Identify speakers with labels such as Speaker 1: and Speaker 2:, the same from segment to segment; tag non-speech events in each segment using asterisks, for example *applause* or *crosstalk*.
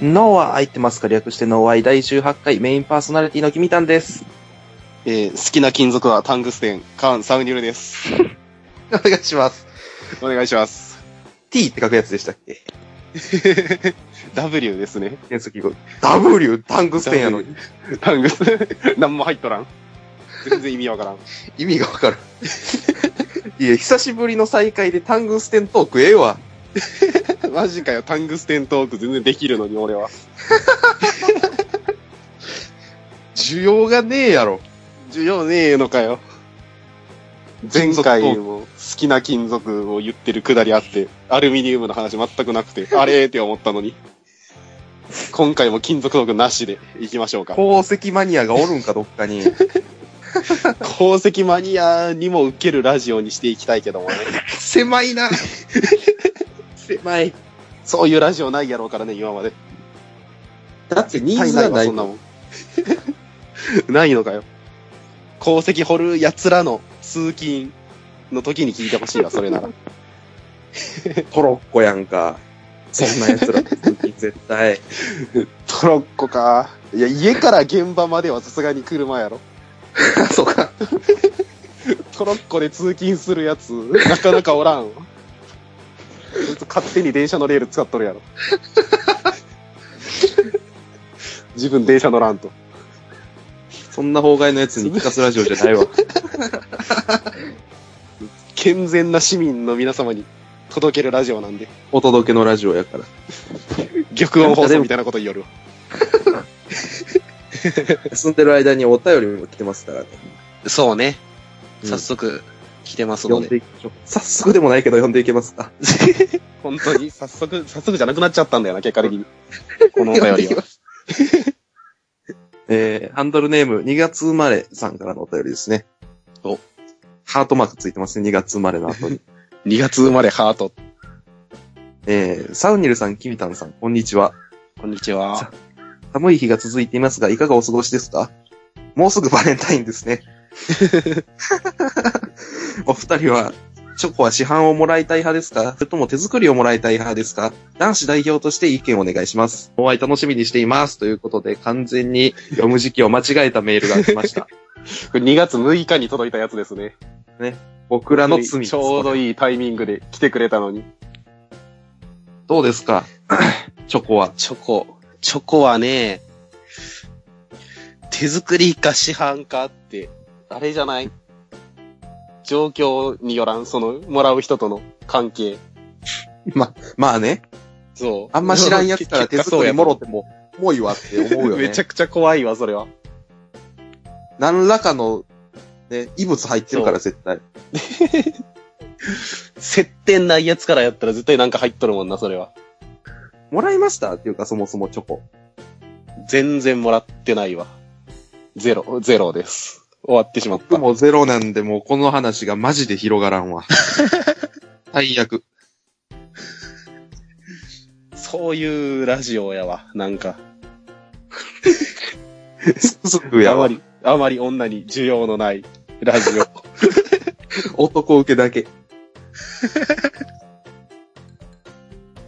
Speaker 1: ノア空いてますか略してノアイ第18回メインパーソナリティの君たんです。
Speaker 2: えー好きな金属はタングステン、カン、サウニュルです。
Speaker 1: お願いします。
Speaker 2: お願いします。 *laughs*
Speaker 1: T って書くやつでしたっけ
Speaker 2: W ですね。
Speaker 1: 原則記号。W、タングステンやのに。
Speaker 2: タングス、 *laughs* 何も入っとらん。全然意味わからん。
Speaker 1: 意味がわかる。いや、久しぶりの再会でタングステントークええわ。
Speaker 2: マジかよ、タングステントーク全然できるのに俺は。
Speaker 1: 需要がねえやろ。
Speaker 2: 需要ねえのかよ。前回も好きな金属を言ってるくだりあって、アルミニウムの話全くなくて、あれーって思ったのに。今回も金属トークなしで行きましょうか。
Speaker 1: 鉱石マニアがおるんか、どっかに。
Speaker 2: 鉱石マニアにも受けるラジオにしていきたいけどもね。
Speaker 1: 狭いな。狭い。
Speaker 2: そういうラジオないやろうからね、今まで。
Speaker 1: だってニ
Speaker 2: 大概はそんなもん。 *laughs* ないのかよ。鉱石掘る奴らの通勤の時に聞いてほしいわ、それなら。
Speaker 1: トロッコやんか。そんな奴ら、絶対。
Speaker 2: *laughs* トロッコか。いや、家から現場まではさすがに車やろ。
Speaker 1: あ、 *laughs* そうか。
Speaker 2: トロッコで通勤するやつ、なかなかおらんわ。こいつ勝手に電車のレール使っとるや *laughs* ろ。自分電車乗らんと。
Speaker 1: そんな妨害の奴に聞かすラジオじゃないわ。
Speaker 2: *laughs* 健全な市民の皆様に届けるラジオなんで、
Speaker 1: お届けのラジオやから。 *laughs*
Speaker 2: 玉音放送みたいなこと言おるわ。
Speaker 1: 住んでる間にお便りも来てますからね。
Speaker 2: そうね。
Speaker 1: うん
Speaker 2: 早速、来てますの
Speaker 1: 読ん
Speaker 2: で。
Speaker 1: でいきましょう。早速でもないけど読んでいけますか。
Speaker 2: 本当に、早速、早速じゃなくなっちゃったんだよな、結果 *laughs* 的に。このお
Speaker 1: 読んで
Speaker 2: 便
Speaker 1: いき
Speaker 2: り
Speaker 1: ま
Speaker 2: は。
Speaker 1: す。 *laughs* えー、ハンドルネーム、2月生まれさんからのお便りですね。
Speaker 2: お。
Speaker 1: ハートマークついてますね、2月生まれの後に。 *laughs*
Speaker 2: 2月生まれハート。
Speaker 1: えー、サウニルさん、キミタンさん、こんにちは。
Speaker 2: こんにちは。
Speaker 1: 寒い日が続いていますが、いかがお過ごしですかもうすぐバレンタインです
Speaker 2: *laughs*
Speaker 1: ね。お二人は、チョコは市販をもらいたい派ですかそれとも手作りをもらいたい派ですか男子代表として意見をお願いします。お会い楽しみにしています。ということで、完全に読む時期を間違えたメールが来ま
Speaker 2: *laughs*
Speaker 1: した。
Speaker 2: これ2月6日に届いたやつですね。
Speaker 1: 僕らの罪です
Speaker 2: ちょうどいいタイミングで来てくれたのに。
Speaker 1: どうです
Speaker 2: *laughs*
Speaker 1: かチョコは。
Speaker 2: チョコ。チョコはね、手作りか市販かって、あれじゃない状況によらん、その、もらう人との関係。
Speaker 1: ま、まあね。
Speaker 2: そう。
Speaker 1: あんま知らんやつから手作りもろ
Speaker 2: っ
Speaker 1: っても、重いわって思うよね。
Speaker 2: *laughs* めちゃくちゃ怖いわ、それは。
Speaker 1: 何らかの、ね、異物入ってるから絶対。
Speaker 2: 接点ないやつからやったら絶対なんか入っとるもんな、それは。
Speaker 1: もらいましたっていうか、そもそもチョコ。
Speaker 2: 全然もらってないわ。ゼロ、ゼロです。終わってしまった
Speaker 1: *laughs* 僕。もゼロなんで、もうこの話がマジで広がらんわ。 *laughs* 最悪。
Speaker 2: そういうラジオやわ、なんか。
Speaker 1: すすぐや
Speaker 2: あま
Speaker 1: わ。
Speaker 2: り、あまり女に需要のないラジオ。
Speaker 1: 男受けだけ。 *laughs*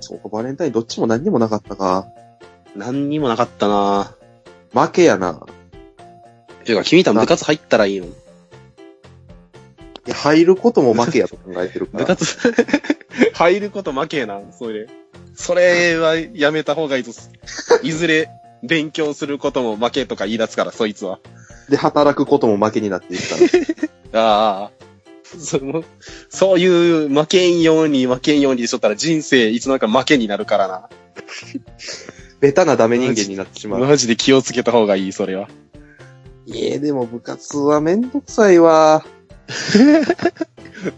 Speaker 1: そうか、バレンタインどっちも何にもなかったか。
Speaker 2: 何にもなかったな
Speaker 1: 負けやな。
Speaker 2: ていうか、君た部活入ったらいいの
Speaker 1: いや入ることも負けやと考えてるか
Speaker 2: 部
Speaker 1: ら。
Speaker 2: 活、 *laughs* 入ること負けえな、それ。それはやめた方がいいぞ。いずれ、勉強することも負けとか言い出すから、そいつは。
Speaker 1: で、働くことも負けになっていくから。 *laughs*
Speaker 2: ああ。その、そういう負けんように負けんようにしとったら人生いつの間にか負けになるからな。
Speaker 1: ベタなダメ人間になってしまう。
Speaker 2: マジで気をつけた方がいい、それは。
Speaker 1: いえ、でも部活はめんどくさいわ。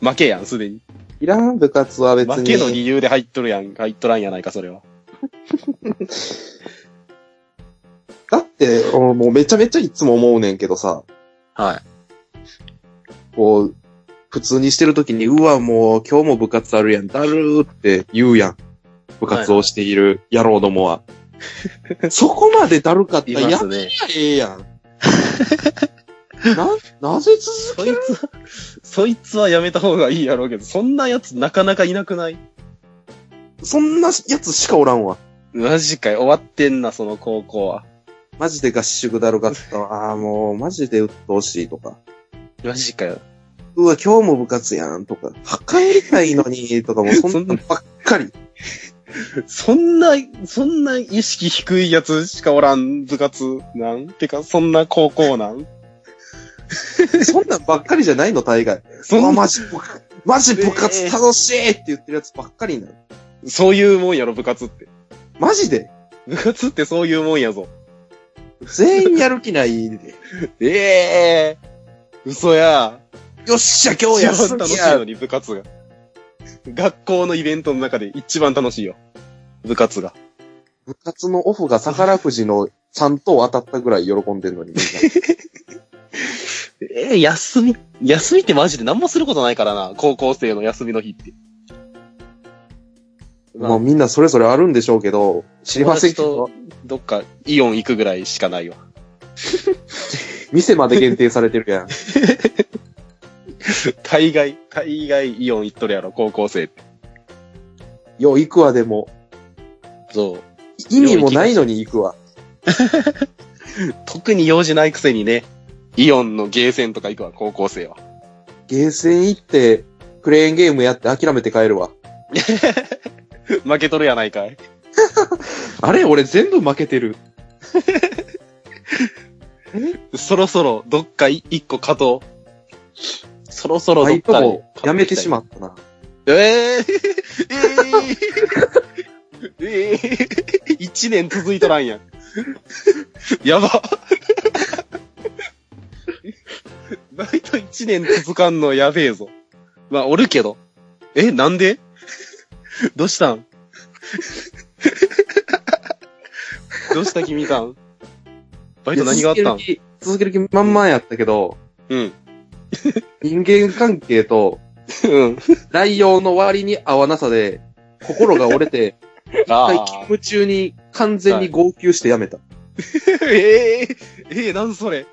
Speaker 2: 負けやん、すでに。
Speaker 1: いらん部活は別に。
Speaker 2: 負けの理由で入っとるやん、入っとらんやないか、それは。
Speaker 1: だって、おもうめちゃめちゃいつも思うねんけどさ、
Speaker 2: はい。
Speaker 1: こう、普通にしてるときに、うわ、もう今日も部活あるやん、だるーって言うやん。部活をしている野郎どもは。そこまでだるかったら、やっ
Speaker 2: ね。
Speaker 1: ええやん。な、なぜ続
Speaker 2: そいつは、そいつはやめた方がいいやろうけど、そんなやつなかなかいなくない
Speaker 1: け、そんなやつしかおらんわ。
Speaker 2: マジかよ。終わってんな、その高校は。
Speaker 1: マジで合宿だろかったわ。ああ、もう、マジで鬱陶しいとか。
Speaker 2: マジかよ。
Speaker 1: うわ、今日も部活やんとか。帰りたいのに、とかもう、そんなのばっかり。
Speaker 2: そんな、そんな意識低いやつしかおらん部活なんてか、そんな高校なん
Speaker 1: そんなんばっかりじゃないの、大概。
Speaker 2: そ
Speaker 1: うん
Speaker 2: な、
Speaker 1: マジ部活、マジ部活楽しいって言ってるやつばっかりになる。
Speaker 2: そういうもんやろ、部活って。
Speaker 1: マジで
Speaker 2: 部活ってそういうもんやぞ。
Speaker 1: 全員やる気ないで。
Speaker 2: ええ嘘や。
Speaker 1: よっしゃ、今日
Speaker 2: 一
Speaker 1: 休
Speaker 2: 番楽
Speaker 1: み
Speaker 2: しい
Speaker 1: や
Speaker 2: のに、部活が。学校のイベントの中で一番楽しいよ。部活が。
Speaker 1: 部活のオフが宝富士の3等当たったぐらい喜んでるの
Speaker 2: *laughs*
Speaker 1: に、みんな
Speaker 2: ええ休み、休みってマジで何もすることないからな、高校生の休みの日って。
Speaker 1: まあみんなそれぞれあるんでしょうけど、知りませんけ
Speaker 2: 友
Speaker 1: ど、
Speaker 2: 達とどっかイオン行くぐらいしかないわ。
Speaker 1: 店まで限定されてるやん。
Speaker 2: 大概、大概イオン行っとるやろ、高校生って。
Speaker 1: よ、行くわでも。
Speaker 2: そう。
Speaker 1: 意味もないのに行くわ。
Speaker 2: 特に用事ないくせにね、イオンのゲーセンとか行くわ、高校生は。
Speaker 1: ゲーセン行って、クレーンゲームやって諦めて帰るわ。
Speaker 2: *laughs* 負けとるやないかい。
Speaker 1: あれ俺全部負けてる。
Speaker 2: そろそろどっかい一個勝とう。そろそろ
Speaker 1: バ
Speaker 2: どっ
Speaker 1: イト
Speaker 2: かに
Speaker 1: もやめてしまったな。
Speaker 2: ええええええ一年続いとらんやん。やば。バイト一年続かんのやべえぞ。まあ、おるけど。え、なんでどうしたんどうした君さんバイト何があった
Speaker 1: いや続
Speaker 2: ん
Speaker 1: ける気続ける気満々やったけど、
Speaker 2: うん。
Speaker 1: 人間関係と
Speaker 2: うん。
Speaker 1: 内容の割に合わなさで、心が折れて、一回
Speaker 2: *laughs* あ
Speaker 1: 勤務中に完全に号泣してやめた。
Speaker 2: ええええなんそれ。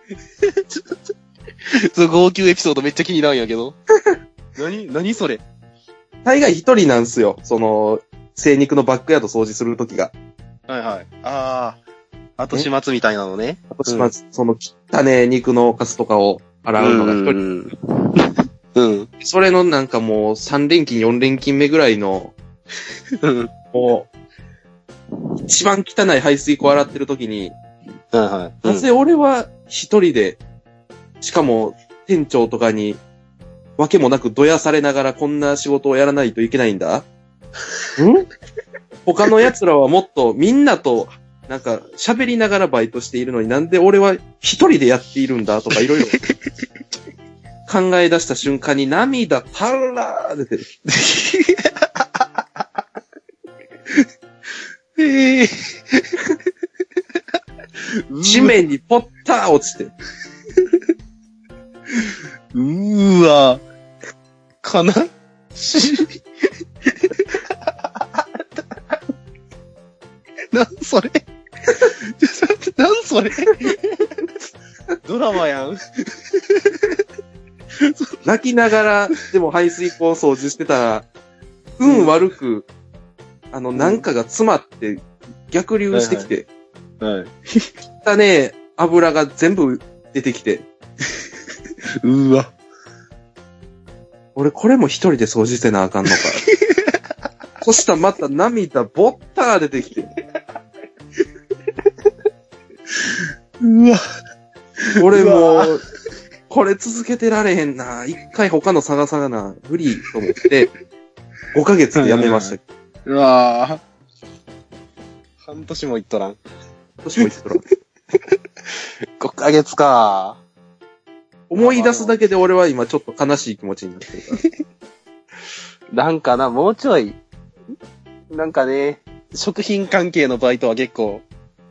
Speaker 2: ちょっと、 *laughs* その号泣エピソードめっちゃ気になるんやけど。何何それ。
Speaker 1: 大概一人なんすよ。その、精肉のバックヤード掃除するときが。
Speaker 2: はいはい。ああ、後始末みたいなのね。
Speaker 1: あとしまず、その切ったね、肉のカスとかを洗うのが一人。
Speaker 2: 人。うん。
Speaker 1: それのなんかもう3連勤、4連勤目ぐらいの、
Speaker 2: うん。
Speaker 1: もう、一番汚い排水口洗ってる時に、
Speaker 2: はいはい。
Speaker 1: なぜ俺は一人で、しかも店長とかに、わけもなくどやされながらこんな仕事をやらないといけないんだん他の奴らはもっとみんなと、なんか喋りながらバイトしているのになんで俺は一人でやっているんだとかいろいろ考え出した瞬間に涙たらー出てる。
Speaker 2: *laughs* ええ *laughs*
Speaker 1: 地面にポッター落ちて。
Speaker 2: うーわ。 *laughs* 悲しい。なんそれ *laughs* なんそれドラマやん。
Speaker 1: 泣きながら、でも排水口掃除してたら、運悪く、あの、なんかが詰まって、逆流してきて、
Speaker 2: はい。
Speaker 1: だね、油が全部出てきて、
Speaker 2: うわ。
Speaker 1: 俺これも一人で掃除せなあ
Speaker 2: *laughs*
Speaker 1: かんのか。そしたらまた涙、ボッター出てきて、
Speaker 2: うわ。
Speaker 1: 俺
Speaker 2: う
Speaker 1: も
Speaker 2: わ
Speaker 1: う、これ続けてられへんな。一回他の探さな、無理と思って、5ヶ月でやめました。
Speaker 2: うわ半年もいっとらん。
Speaker 1: 年もいつから。
Speaker 2: 5ヶ月か。
Speaker 1: 思い出すだけで俺は今ちょっと悲しい気持ちになってるから。
Speaker 2: なんかな、もうちょい。なんかね、食品関係のバイトは結構、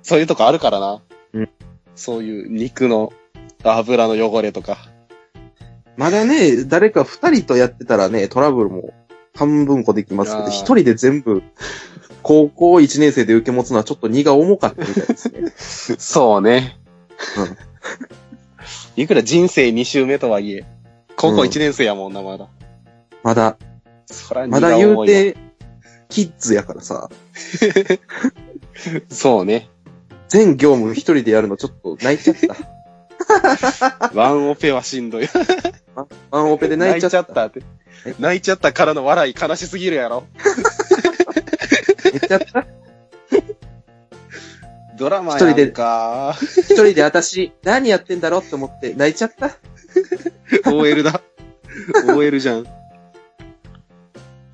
Speaker 2: そういうとこあるからな。
Speaker 1: うん
Speaker 2: そういう肉の油の汚れとか。
Speaker 1: まだね、誰か二人とやってたらね、トラブルも半分こできますけ
Speaker 2: あ
Speaker 1: ど、
Speaker 2: ー
Speaker 1: 一人で全部、高校一年生で受け持つのはちょっと荷が重かったみたいですね。
Speaker 2: *laughs* そうね。いくら人生2周目とはいえ、高校1年生やもんな、まだ。
Speaker 1: まだ、
Speaker 2: そら
Speaker 1: まだ言うて、キッズやからさ。
Speaker 2: そうね。
Speaker 1: 全業務一人でやるのちょっと泣いちゃっ
Speaker 2: *laughs*
Speaker 1: た。
Speaker 2: ワンオペはしんどい。
Speaker 1: ワンオペで *laughs* 泣いちゃった。
Speaker 2: って。泣いちゃったからの笑い悲しすぎるやろ。
Speaker 1: 泣いちゃった。
Speaker 2: ドラマやんか。
Speaker 1: 一人で私、何やってんだろうって思って泣いちゃった。
Speaker 2: OL だ。OL じゃん。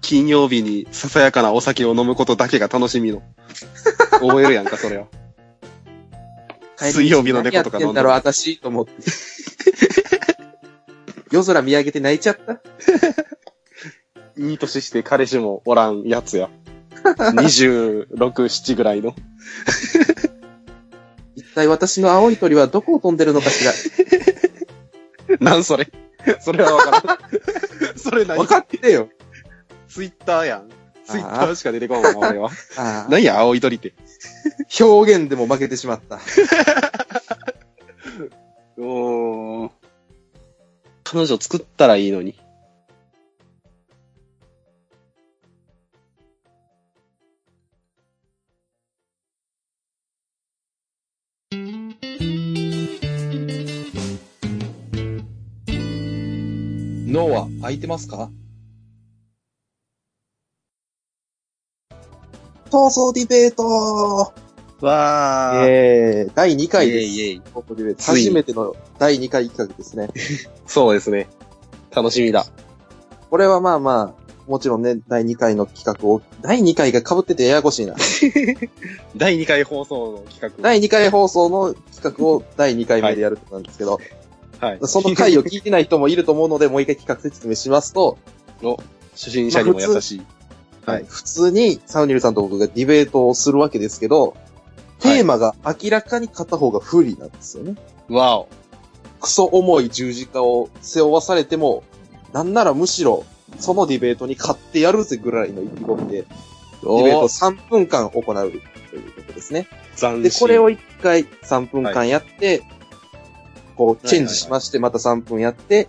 Speaker 2: 金曜日にささやかなお酒を飲むことだけが楽しみの。OL やんか、それは。 *laughs* 水曜日の猫とか
Speaker 1: 何やって
Speaker 2: 飲ん
Speaker 1: んだ
Speaker 2: だら
Speaker 1: ろう、私、と思って。夜空見上げて泣いちゃった。
Speaker 2: いい年して彼氏もおらんやつや。26、7ぐらいの。
Speaker 1: 一体私の青い鳥はどこを飛んでるのかしら。
Speaker 2: なんそれそれはわからん。それ何
Speaker 1: 分かってよ。
Speaker 2: ツイッターやん。ツイッターしか出てこんわ、俺は。
Speaker 1: ああ
Speaker 2: 何や、青い鳥って。
Speaker 1: 表現でも負けてしまった。
Speaker 2: おー。彼女作ったらいいのに。
Speaker 1: 脳は空いてますか闘争ディベート
Speaker 2: わー。
Speaker 1: えー、第2回です。
Speaker 2: イェイイェイ
Speaker 1: 闘争ディベート
Speaker 2: ついに
Speaker 1: 初めての第2回企画ですね。
Speaker 2: そうですね。楽しみだ。
Speaker 1: これはまあまあ、もちろんね、第2回の企画を、第2回が被っててややこし *laughs* いな。
Speaker 2: 第2回放送の企画。
Speaker 1: 第2回放送の企画を *laughs* 第2回目でやるってことなんですけど、
Speaker 2: はい。
Speaker 1: その回を聞いてない人もいると思うので、もう一回企画説明しますと、
Speaker 2: 初心者にも優しい。はい
Speaker 1: 普通にサウニルさんと僕がディベートをするわけですけど、テーマが明らかに片方が不利なんですよね。
Speaker 2: わお。
Speaker 1: クソ重い十字架を背負わされても、なんならむしろ、そのディベートに勝ってやるぜぐらいの意気込みで、ディベートを
Speaker 2: おー
Speaker 1: 3分間行うということですね。
Speaker 2: 斬新。
Speaker 1: で、これを1回3分間やって、こう、チェンジしまして、また3分やって、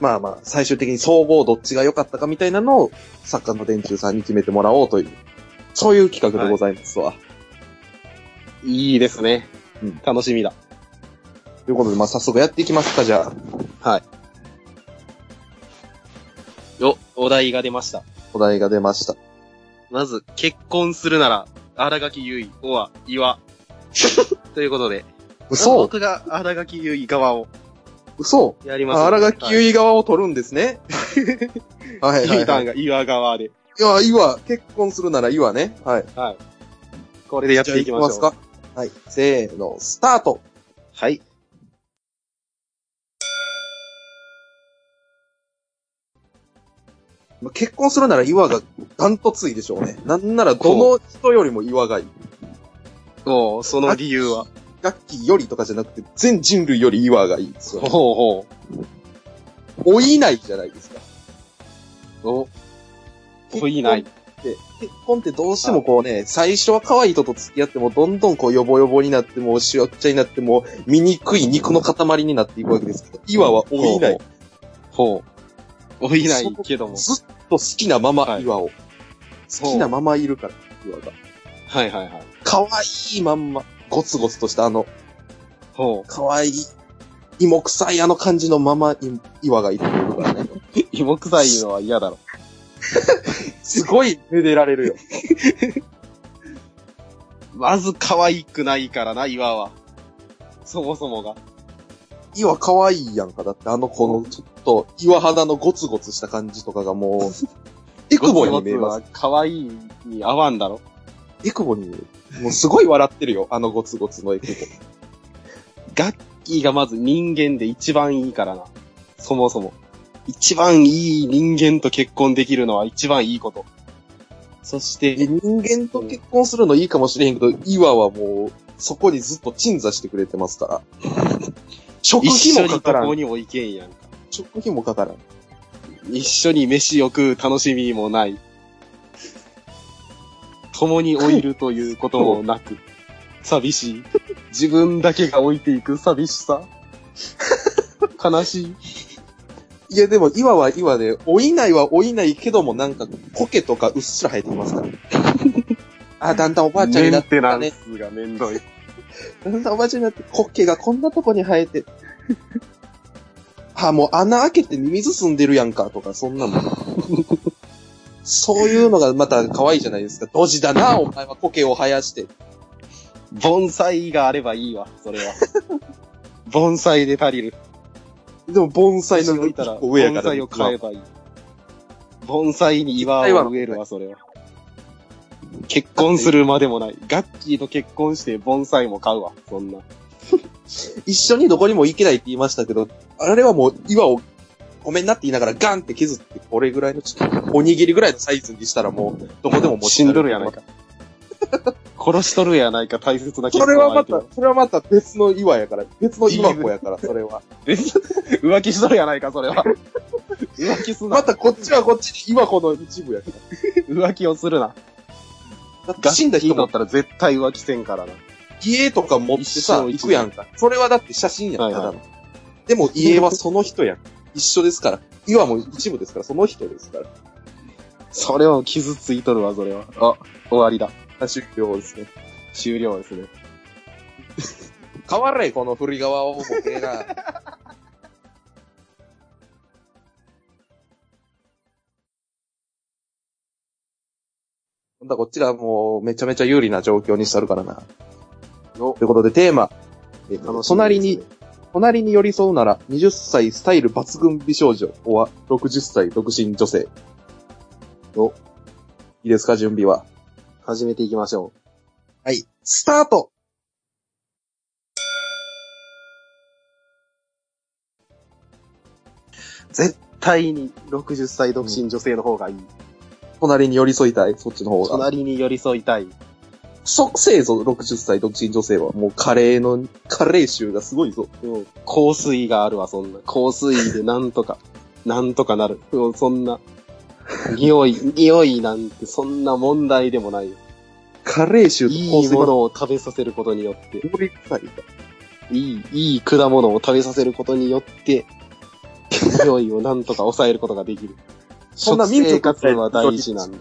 Speaker 1: まあまあ、最終的に総合どっちが良かったかみたいなのを、作家の電柱さんに決めてもらおうという、そういう企画でございますわ。
Speaker 2: いいですね。
Speaker 1: うん
Speaker 2: 楽しみだ。
Speaker 1: ということで、まあ早速やっていきますか、じゃあ。
Speaker 2: よ、お題が出ました。
Speaker 1: お題が出ました。
Speaker 2: まず、結婚するなら、荒垣結衣、お *laughs* は、岩。ということで、
Speaker 1: 嘘
Speaker 2: 僕が荒垣結衣側を
Speaker 1: 嘘
Speaker 2: やりますの
Speaker 1: あ
Speaker 2: で。
Speaker 1: 荒垣結
Speaker 2: はい
Speaker 1: 衣側を取るんですね。はいは
Speaker 2: 結
Speaker 1: い、
Speaker 2: 衣さ
Speaker 1: はい。
Speaker 2: ん
Speaker 1: い
Speaker 2: が岩側で。
Speaker 1: や、岩、結婚するなら岩ね。はい。
Speaker 2: はい。これでやっていきましょう。
Speaker 1: じゃあ行きますか。はい。せーの、スタート
Speaker 2: はい。
Speaker 1: まあ結婚するなら岩がダントツいでしょうね。なんならどの人よりも岩がいい。
Speaker 2: おうその理由は。
Speaker 1: 楽器よりとかじゃなくて、全人類より岩がいいです
Speaker 2: ほ
Speaker 1: よ
Speaker 2: う。ほ
Speaker 1: 老いないじゃないですか。
Speaker 2: う。お、こいない。
Speaker 1: 結婚ってどうしてもこうね、最初は可愛い人と付き合っても、どんどんこう、ヨボヨボになっても、しわっちゃになっても、醜い肉の塊になっていくわけですけど、岩は老いない。ずっ
Speaker 2: ほう。おいないけども。
Speaker 1: と好きなまま
Speaker 2: はい
Speaker 1: 岩を。好きなままいるから、岩が。
Speaker 2: はいはいはい。
Speaker 1: 可愛いまんま。ゴツゴツとしたあの、
Speaker 2: ほ
Speaker 1: *laughs* 可愛い、芋臭いあの感じのままい岩がいるからね。
Speaker 2: う。芋臭いのは嫌だろ。
Speaker 1: すごいめでられるよ。
Speaker 2: *laughs* まず可愛くないからな、岩は。そもそもが。
Speaker 1: 岩可愛いやんか。だってあの子のちょっと岩肌のゴツゴツした感じとかが
Speaker 2: *laughs*
Speaker 1: もう、エクボに見えます。
Speaker 2: ゴツゴツは可愛いに合わんだろ。
Speaker 1: エクボに見える。もうすごい笑ってるよ。あのゴツゴツのエ
Speaker 2: *laughs*
Speaker 1: クボ。
Speaker 2: ガッキーがまず人間で一番いいからな。そもそも。一番いい人間と結婚できるのは一番いいこと。そして、
Speaker 1: え人間と結婚するのいいかもしれへんけど、岩はもう、そこにずっと鎮座してくれてます
Speaker 2: *laughs*
Speaker 1: から。食費
Speaker 2: 一緒
Speaker 1: も
Speaker 2: に
Speaker 1: か
Speaker 2: ど
Speaker 1: から
Speaker 2: こ
Speaker 1: ん。
Speaker 2: にも行けんやんか。
Speaker 1: 食費もかからん。
Speaker 2: 一緒に飯を食う楽しみもない。共に老いるということもなく、寂しい。自分だけが老いていく寂しさ。悲しい。
Speaker 1: いや、でも、岩は岩
Speaker 2: *laughs*
Speaker 1: で、老いないは老いないけども、なんか、苔とかうっすら生えてきますから。あ、だんだんおばあちゃん
Speaker 2: メ
Speaker 1: にな
Speaker 2: ン
Speaker 1: って
Speaker 2: テ
Speaker 1: き
Speaker 2: ナ
Speaker 1: た
Speaker 2: ン
Speaker 1: ね。
Speaker 2: スがめんどい。
Speaker 1: だんだんおばあちゃんになって、コッケがこんなとこに生えて。あ、もう穴開けてミミズ住んでるやんか、とか、そんなの。そういうのがまた可愛いじゃないですか。ドジだな、お前はコケを生やして。
Speaker 2: 盆栽があればいいわ、それは。盆栽で足りる。
Speaker 1: でも、盆栽の
Speaker 2: 置いたら、
Speaker 1: 上やから
Speaker 2: 盆栽を買えばいい。盆栽に岩を植えるわ、それは。結婚するまでもない。ガッキーと結婚して盆栽も買うわ、そんな。
Speaker 1: 一緒にどこにも行けないって言いましたけど、あれはもう岩をごめんなって言いながらガンって削って、これぐらいのちょっとおにぎりぐらいのサイズにしたらもう、どこでも持
Speaker 2: 死
Speaker 1: ち
Speaker 2: ん
Speaker 1: 歩
Speaker 2: どるやない。か。殺しとるやないか、大切な結
Speaker 1: そ
Speaker 2: 婚
Speaker 1: れはまた
Speaker 2: 相、
Speaker 1: それはまた別の岩やから、別の岩子やから、それは。
Speaker 2: 手を浮気しとるやないか、それ
Speaker 1: *laughs*
Speaker 2: は。浮気す
Speaker 1: ま
Speaker 2: な。
Speaker 1: たこっちはこっちで岩子の一部やか
Speaker 2: 浮気をするな。
Speaker 1: ら。だって死んだ人
Speaker 2: だ
Speaker 1: も
Speaker 2: ったら絶対浮気せんからな。
Speaker 1: 家とか持ってさ、
Speaker 2: 一生一
Speaker 1: 行
Speaker 2: 度
Speaker 1: くやんか。それはだって写真やん
Speaker 2: はい
Speaker 1: た
Speaker 2: はい
Speaker 1: だの。でも家はその人やん。一緒ですから。岩も一部ですから、その人です
Speaker 2: *laughs*
Speaker 1: から。
Speaker 2: それは傷ついとるわ、それは。あ、終わりだ。
Speaker 1: 終了ですね。
Speaker 2: 終了ですね。
Speaker 1: 変われ、この振り側をボケが。 *laughs* ほんだこっちがもうめちゃめちゃ有利な状況にしてあるからな。
Speaker 2: お
Speaker 1: ということでテーマ。えー隣に、、隣に寄り添うなら20歳スタイル抜群美少女、おは60歳独身女性。
Speaker 2: お
Speaker 1: いいですか、準備は。
Speaker 2: 始めていきましょ
Speaker 1: はい、スタート
Speaker 2: う。タイに60歳独身女性の方がいい。
Speaker 1: 隣に寄り添いたい、そっちの方が。
Speaker 2: 隣に寄り添いたい。
Speaker 1: 即生ぞ、60歳独身女性は。もうカレーの、カレー臭がすごいぞ。
Speaker 2: うん。香水があるわ、そんな。香水でなんとか、 *laughs* なんとかなる。うん、そんな。匂い、 *laughs* 匂いなんてそんな問題でもないよ。
Speaker 1: カレー臭と
Speaker 2: いいも
Speaker 1: の
Speaker 2: のを食べさせることによって、
Speaker 1: 香水が
Speaker 2: いい、いい果物を食べさせることによ *laughs* って、匂いをなんとか抑えることができる。
Speaker 1: そんな民族
Speaker 2: 食生活は大事なんで。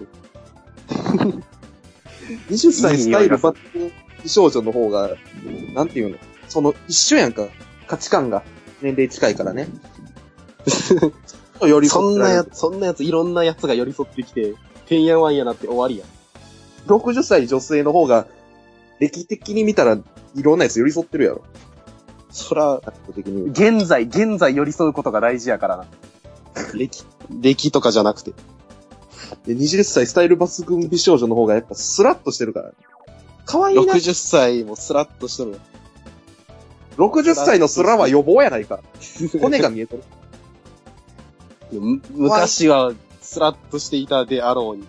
Speaker 1: 20歳スタイル抜群美少女の方が、なんていうのその、一緒やんか。価値観が。年齢近いから
Speaker 2: *laughs*
Speaker 1: ね。より
Speaker 2: そ
Speaker 1: 添っ
Speaker 2: ん
Speaker 1: て
Speaker 2: な
Speaker 1: られ
Speaker 2: や
Speaker 1: る、
Speaker 2: そんなやつ、いろんなやつが寄り添ってきて、てんやわんやなって終わりや。
Speaker 1: 60歳女性の方が、歴的に見たら、いろんなやつ寄り添ってるやろ。
Speaker 2: そら、
Speaker 1: 圧倒的に。
Speaker 2: 現在、現在寄り添うことが大事やからな。歴、歴とかじゃなくて。
Speaker 1: で、20歳スタイル抜群美少女の方がやっぱスラッとしてるから。可愛いな。
Speaker 2: 60歳もスラッとしとるわ。
Speaker 1: 60歳のスラは予防やない *laughs* か。骨が見えとる。
Speaker 2: む昔は、スラッとしていたであ *laughs* ろうに。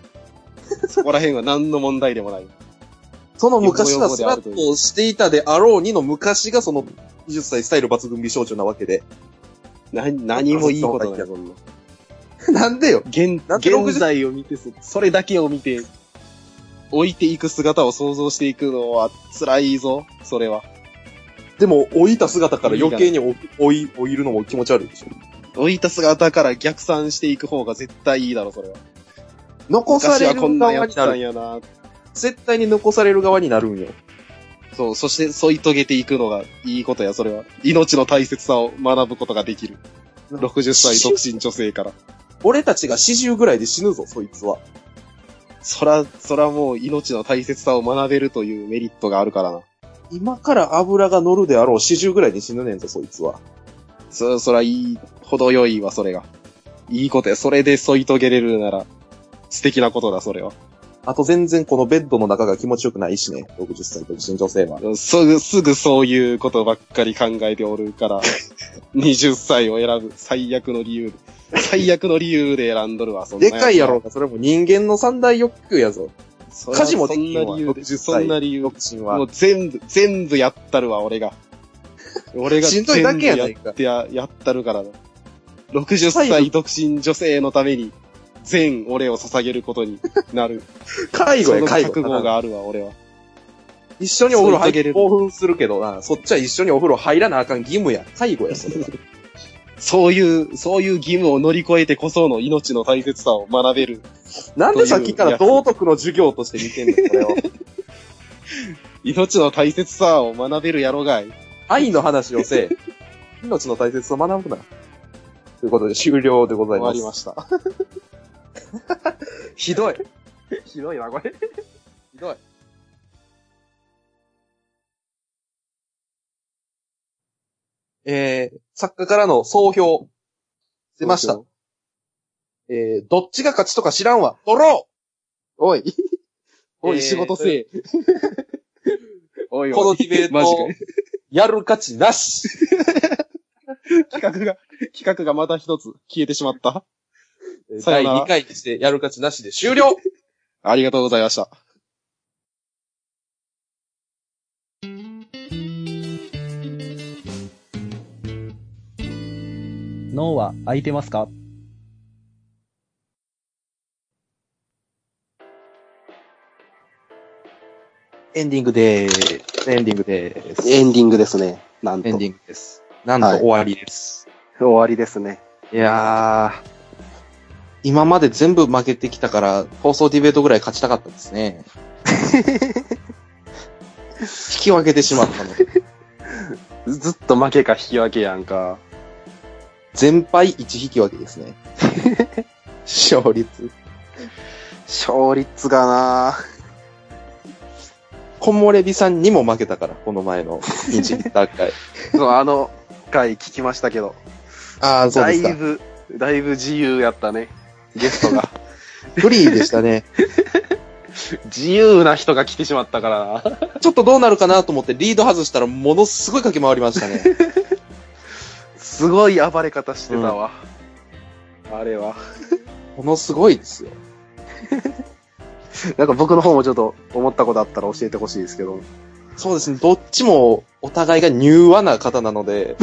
Speaker 2: そこら辺は何の問題でもない。
Speaker 1: その昔はスラッとしていたであろうにの昔がその20歳スタイル抜群美少女なわけで。
Speaker 2: な、何もいいことない、そんな。
Speaker 1: *laughs* なんでよ。
Speaker 2: 現、
Speaker 1: なんで60
Speaker 2: 現在を見て、そそれだけを見て、置いていく姿を想像していくのは辛いぞ、それは。
Speaker 1: でも、老いた姿から余計に老老い、老いるのも気持ち悪いでしょ。
Speaker 2: 置いた姿から逆算していく方が絶対いいだろ、それは。
Speaker 1: 残さ
Speaker 2: 昔
Speaker 1: れ
Speaker 2: はこ
Speaker 1: る
Speaker 2: んなん
Speaker 1: 側
Speaker 2: やっ
Speaker 1: にな
Speaker 2: たん
Speaker 1: る。
Speaker 2: やな。
Speaker 1: 絶対に残される側になるんよ。
Speaker 2: そう、そして添い遂げていくのがいいことや、それは。命の大切さを学ぶことができる。60歳独身女性から。
Speaker 1: 俺たちが40ぐらいで死ぬぞ、そいつは。
Speaker 2: そら、そらもう命の大切さを学べるというメリットがあるからな。
Speaker 1: 今から油が乗るであろう40ぐらいで死ぬねんぞ、そいつは。
Speaker 2: そ、そらいい、程よいわ、それが。いいことや。それで添い遂げれるなら、素敵なことだ、それは。
Speaker 1: あと全然このベッドの中が気持ちよくないしね、60歳独身女性は。
Speaker 2: すぐ、すぐそういうことばっかり考えておるから、20歳を選ぶ最悪の理由で。最悪の理由で選んどるわ、そんな
Speaker 1: で
Speaker 2: つ
Speaker 1: かいやろう。が、それも人間の三大欲求やぞ。
Speaker 2: そら
Speaker 1: 家事もで
Speaker 2: そん
Speaker 1: きん
Speaker 2: な
Speaker 1: わ
Speaker 2: 理由で、
Speaker 1: 60歳
Speaker 2: そんな理由
Speaker 1: 独。身
Speaker 2: も
Speaker 1: は。
Speaker 2: う全部、全部やったるわ、俺 *laughs* が。俺が
Speaker 1: しんどいだけやないか
Speaker 2: 全部やってや、やったるからな。60歳独身女性のために、全俺を捧げることにな *laughs* る。
Speaker 1: 介護
Speaker 2: そ
Speaker 1: や
Speaker 2: の
Speaker 1: 介
Speaker 2: 覚
Speaker 1: 護。
Speaker 2: 悟があるわ、俺は。
Speaker 1: 一緒にお風呂入っ
Speaker 2: 添い遂げれ
Speaker 1: て
Speaker 2: る
Speaker 1: 興奮するけどな、そっちは一緒にお風呂入らなあかん義務や。介護や、 *laughs* それは。
Speaker 2: そういう、そういう義務を乗り越えてこその命の大切さを学べる。
Speaker 1: なんでさっきから道徳の授業として見てんの、これを。
Speaker 2: 命の大切さを学べるやろがい。
Speaker 1: 愛の話を *laughs* せえ。命の大切さを学ぶな。ということで終了でござい
Speaker 2: 終わ
Speaker 1: ま
Speaker 2: り
Speaker 1: す。
Speaker 2: ました。 *laughs*
Speaker 1: ひどい。 *laughs* ひどいな、これ。ひどい。えー、作家からの総評。出ました。。えー、どっちが勝ちとか知らんわ。ドロ
Speaker 2: おい。お
Speaker 1: えー
Speaker 2: い、仕事せえ。 *laughs* おい
Speaker 1: ー
Speaker 2: おい。
Speaker 1: このディベー *laughs*
Speaker 2: マジ
Speaker 1: ト、やる価値な *laughs* し。
Speaker 2: か。企画が、企画がまた一つ消えてしまった。さ
Speaker 1: 第
Speaker 2: よなら
Speaker 1: 2回にして、やる価値なしで終 *laughs* 了
Speaker 2: ありがとうございました。
Speaker 3: 脳は空いてますか
Speaker 1: エンディングでーす。エンディングでーす。
Speaker 2: エンディングですね。なんと。
Speaker 1: エンディングです。なんと
Speaker 2: はい
Speaker 1: 終わりです。
Speaker 2: 終わりですね。
Speaker 1: い、やー、今まで全部負けてきたから、放送ディベートぐらい勝ちたかったです *laughs* ね。引き分けてしまったので。
Speaker 2: ずっと負けか引き分けやんか。
Speaker 1: 全敗1引き分けですね。勝率。
Speaker 2: 勝率がな
Speaker 1: 木漏れ日さんにも負けたから、この前の日日大会。
Speaker 2: そう、あの回聞きましたけど。
Speaker 1: *laughs* ああ、そう
Speaker 2: だ
Speaker 1: です
Speaker 2: い
Speaker 1: か。
Speaker 2: ぶ、だいぶ自由やったね。ゲストが。 *laughs*
Speaker 1: フリーでしたね。
Speaker 2: 自由な人が来てしまったからな。
Speaker 1: ちょっとどうなるかなと思ってリード外したらものすごい駆け回りましたね。
Speaker 2: すごい暴れ方してたわ。あれは。
Speaker 1: ものすごいですよ。
Speaker 2: なんか僕の方もちょっと思ったことあったら教えてほしいですけど。
Speaker 1: そうですね。どっちもお互いが柔和な方なので、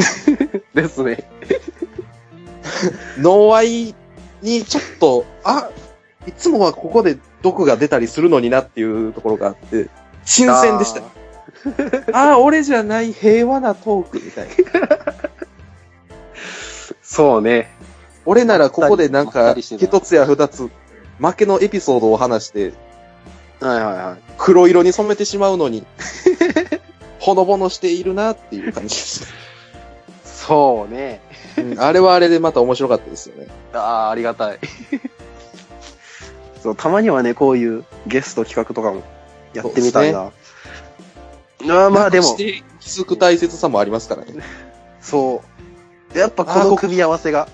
Speaker 2: ですね。
Speaker 1: 脳愛にちょっと、あ、いつもはここで毒が出たりするのになっていうところがあって、新鮮でした。ああー、俺じゃない平和なトークみたいな。
Speaker 2: そうね。
Speaker 1: *laughs* 俺ならここでなん
Speaker 2: まっ
Speaker 1: か、
Speaker 2: たりしてた
Speaker 1: 一つや二つ、負けのエピソードを話して、
Speaker 2: はいはいはい。
Speaker 1: 黒色に染めてしまうのに、 *laughs* ほのぼのしているなっていう感じです。 *laughs*
Speaker 2: そうね。
Speaker 1: うんあれはあれでまた面白かったですよね。
Speaker 2: ああ、ありがたい。 *laughs* そう、たまにはね、こういうゲスト企画とかもやってみたいな。ああまあで
Speaker 1: な
Speaker 2: も
Speaker 1: くし、て気づく大切さもありますからね。
Speaker 2: そう。やっぱこ
Speaker 1: あーこ
Speaker 2: の組み合わせが、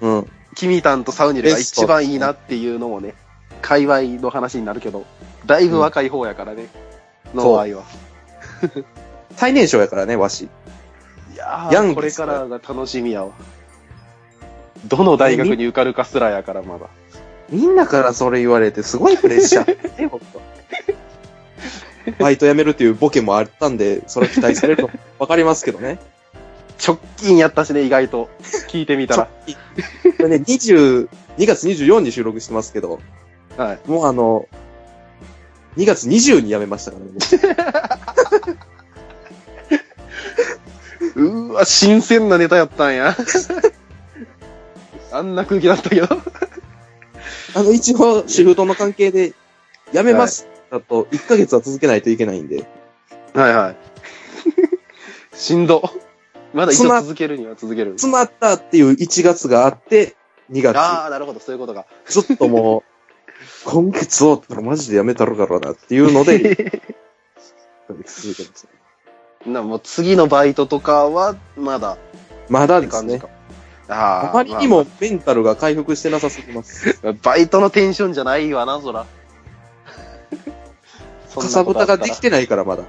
Speaker 1: うん。
Speaker 2: キミタンとサウニルが
Speaker 1: ベスト
Speaker 2: 一番いいなっていうのもね、界隈の話になるけど、だいぶ若い方やからね、の場合は。
Speaker 1: 最年少やからね、わし。
Speaker 2: いや
Speaker 1: ヤング
Speaker 2: ー、これからが楽しみやわ。どの大学に受かるかすらやから、まだ。
Speaker 1: みんなからそれ言われてすごいプレッシャー。え、ほんと。 *laughs* バイト辞めるっていうボケもあったんで、それ期待されると *laughs* わかりますけどね。
Speaker 2: 直近やったしね、意外と。 *laughs* 聞いてみたら。
Speaker 1: これね、20、2月24に収録してますけど、
Speaker 2: はい。
Speaker 1: もうあの、2月20に辞めました *laughs* からね。
Speaker 2: うーわ、新鮮なネタやったんや。 *laughs* あんな空気だったけど。
Speaker 1: あの、一応、シフトの関係で、辞めます。だと、1ヶ月は続けないといけないんで。
Speaker 2: はいはい。しんど。まだ一応続けるには続ける。
Speaker 1: 詰まったっていう1月があって、2月。
Speaker 2: ああ、なるほど、そういうことか。
Speaker 1: ちょっともう、今月をマジでやめたるからなっていうの
Speaker 2: *laughs*
Speaker 1: で、続けます
Speaker 2: なもう次のバイトとかは、まだ、
Speaker 1: まだ
Speaker 2: って
Speaker 1: です
Speaker 2: 感じ
Speaker 1: ね。
Speaker 2: か。
Speaker 1: あ
Speaker 2: あ
Speaker 1: まりにもメンタルが回復してなさすぎます。
Speaker 2: まあバイトのテンションじゃないわな、そ
Speaker 1: *laughs*
Speaker 2: ら。そん
Speaker 1: か
Speaker 2: な
Speaker 1: さ
Speaker 2: こ
Speaker 1: ぶ
Speaker 2: とあ
Speaker 1: た
Speaker 2: った
Speaker 1: が
Speaker 2: ら
Speaker 1: できてないからまだ。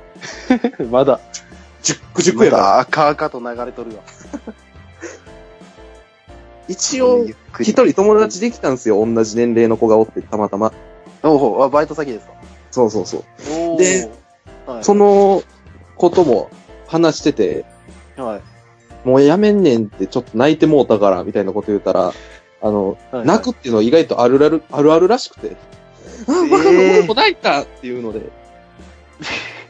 Speaker 2: まだ、
Speaker 1: じゅっくじゅっく
Speaker 2: ま
Speaker 1: やから。
Speaker 2: だ赤々と流れとるわ。
Speaker 1: 一応
Speaker 2: ゆ、っくり
Speaker 1: 一人友達できたんですよ。同じ年齢の子がおって、たまたま。
Speaker 2: おうほうあ、バイト先ですか。
Speaker 1: そうそうそう。
Speaker 2: おー
Speaker 1: で、
Speaker 2: はい、
Speaker 1: そのことも話してて、
Speaker 2: はい、
Speaker 1: もうやめんねんってちょっと泣いてもうたから、みたいなこと言うたら、あの、
Speaker 2: はい。
Speaker 1: 泣くっていうのは意外とあるある、あるあるらしくて。あ、バカ
Speaker 2: え
Speaker 1: な
Speaker 2: ー
Speaker 1: ことないかっていうので。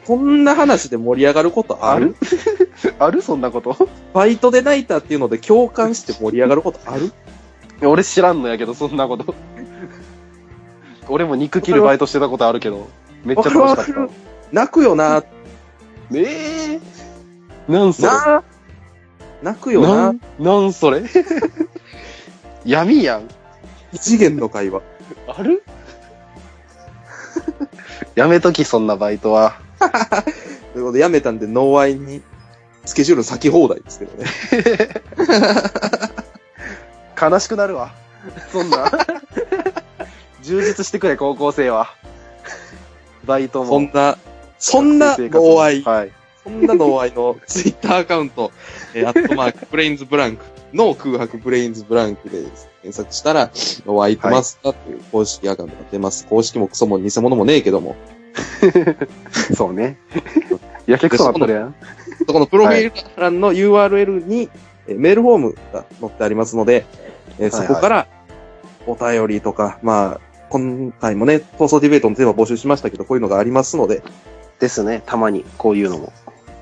Speaker 1: こんな話で盛り上がることある
Speaker 2: *laughs* あるそんなこと。 *laughs*
Speaker 1: バイトで泣いたっていうので共感して盛り上がることある
Speaker 2: 俺知らんのやけど、そんな *laughs* こと。俺も肉切るバイトしてたことあるけど、めっちゃ楽しか
Speaker 1: わかるわ
Speaker 2: っ
Speaker 1: 泣くよな、
Speaker 2: ええなんそれ
Speaker 1: な、泣くよ
Speaker 2: な
Speaker 1: な、
Speaker 2: ん、なんそれ *laughs* 闇やん。
Speaker 1: 異次元の会話。
Speaker 2: ある *laughs* やめとき、そんなバイトは。
Speaker 1: ということで、やめたんで、ノーアイに、スケジュール先放題ですけどね。
Speaker 2: 悲しくなるわ。そんな。 *laughs* 充実してくれ、高校生は。 *laughs* バイトも。
Speaker 1: そんな、そんなノ
Speaker 2: 学生生活も
Speaker 1: ーアイ、
Speaker 2: はい。
Speaker 1: そんなノーアイのツイッターアカウント、え *laughs* ー、アットマーク、ブレインズブランク、の空白ブレインズブランクで検索したら、ノーアイとマスターという公式アカウントが出ます。公式もクソも偽物もねえけども、
Speaker 2: そうね。やけくそなっとるやん。
Speaker 1: そこのプロフィール欄の URL に、えーメールフォームが載ってありますので、えー
Speaker 2: はいは
Speaker 1: そ
Speaker 2: い
Speaker 1: こからお便りとか、まあ、今回もね、放送ディベートのテーマ募集しましたけど、こういうのがありますので、
Speaker 2: ですね。たまに、こういうのも。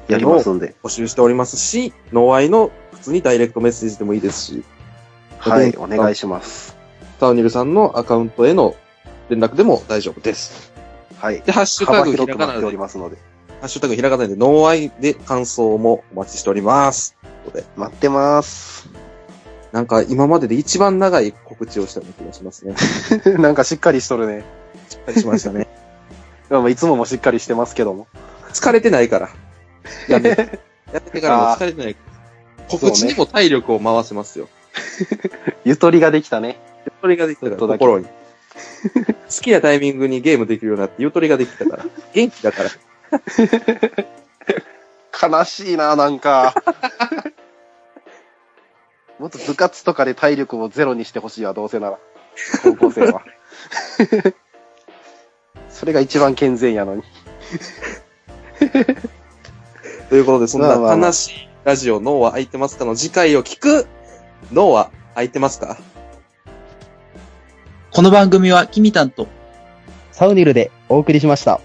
Speaker 2: やりますんで。
Speaker 1: 募集しておりますし、ノーアイの普通にダイレクトメッセージでもいいですし、
Speaker 2: はい、
Speaker 1: で
Speaker 2: お願いします。
Speaker 1: タウニルさんのアカウントへの連絡でも大丈夫です。
Speaker 2: はい。
Speaker 1: で、ハッシュタ
Speaker 2: 幅
Speaker 1: グひ
Speaker 2: 広
Speaker 1: ら
Speaker 2: く
Speaker 1: が
Speaker 2: な
Speaker 1: な
Speaker 2: って
Speaker 1: で、
Speaker 2: お
Speaker 1: ハ
Speaker 2: りますので。
Speaker 1: ッシュタグひらがなでノーアイで感想もお待ちしております。ということで、
Speaker 2: 待ってます。
Speaker 1: なんか今までで一番長い告知をしたような気がしますね。
Speaker 2: *laughs* なんかしっかりしとるね。
Speaker 1: しっかりしました
Speaker 2: *laughs*
Speaker 1: ね。
Speaker 2: まあまあいつももしっかりしてますけども。
Speaker 1: 疲れてないから。やめやってからも
Speaker 2: あー
Speaker 1: 疲れてない。告知にも体力を回せますよ。
Speaker 2: ゆとりができたね。
Speaker 1: ゆとりができたから、
Speaker 2: ちょっとだけ
Speaker 1: 心に。 *laughs* 好きなタイミングにゲームできるようになって、ゆとりができたから。元気だから。
Speaker 2: 悲しいな、なん *laughs* か。もっと部活とかで体力をゼロにしてほしいわ、どうせなら。高校生 *laughs* は。それが一番健全やのに。
Speaker 1: ということで、そんな
Speaker 2: まあまあまあ
Speaker 1: 悲しいラジオ、脳は空いてますかの次回を聞く、脳は空いてますか
Speaker 4: この番組は、キミタンと、
Speaker 3: サウニルでお送りしました。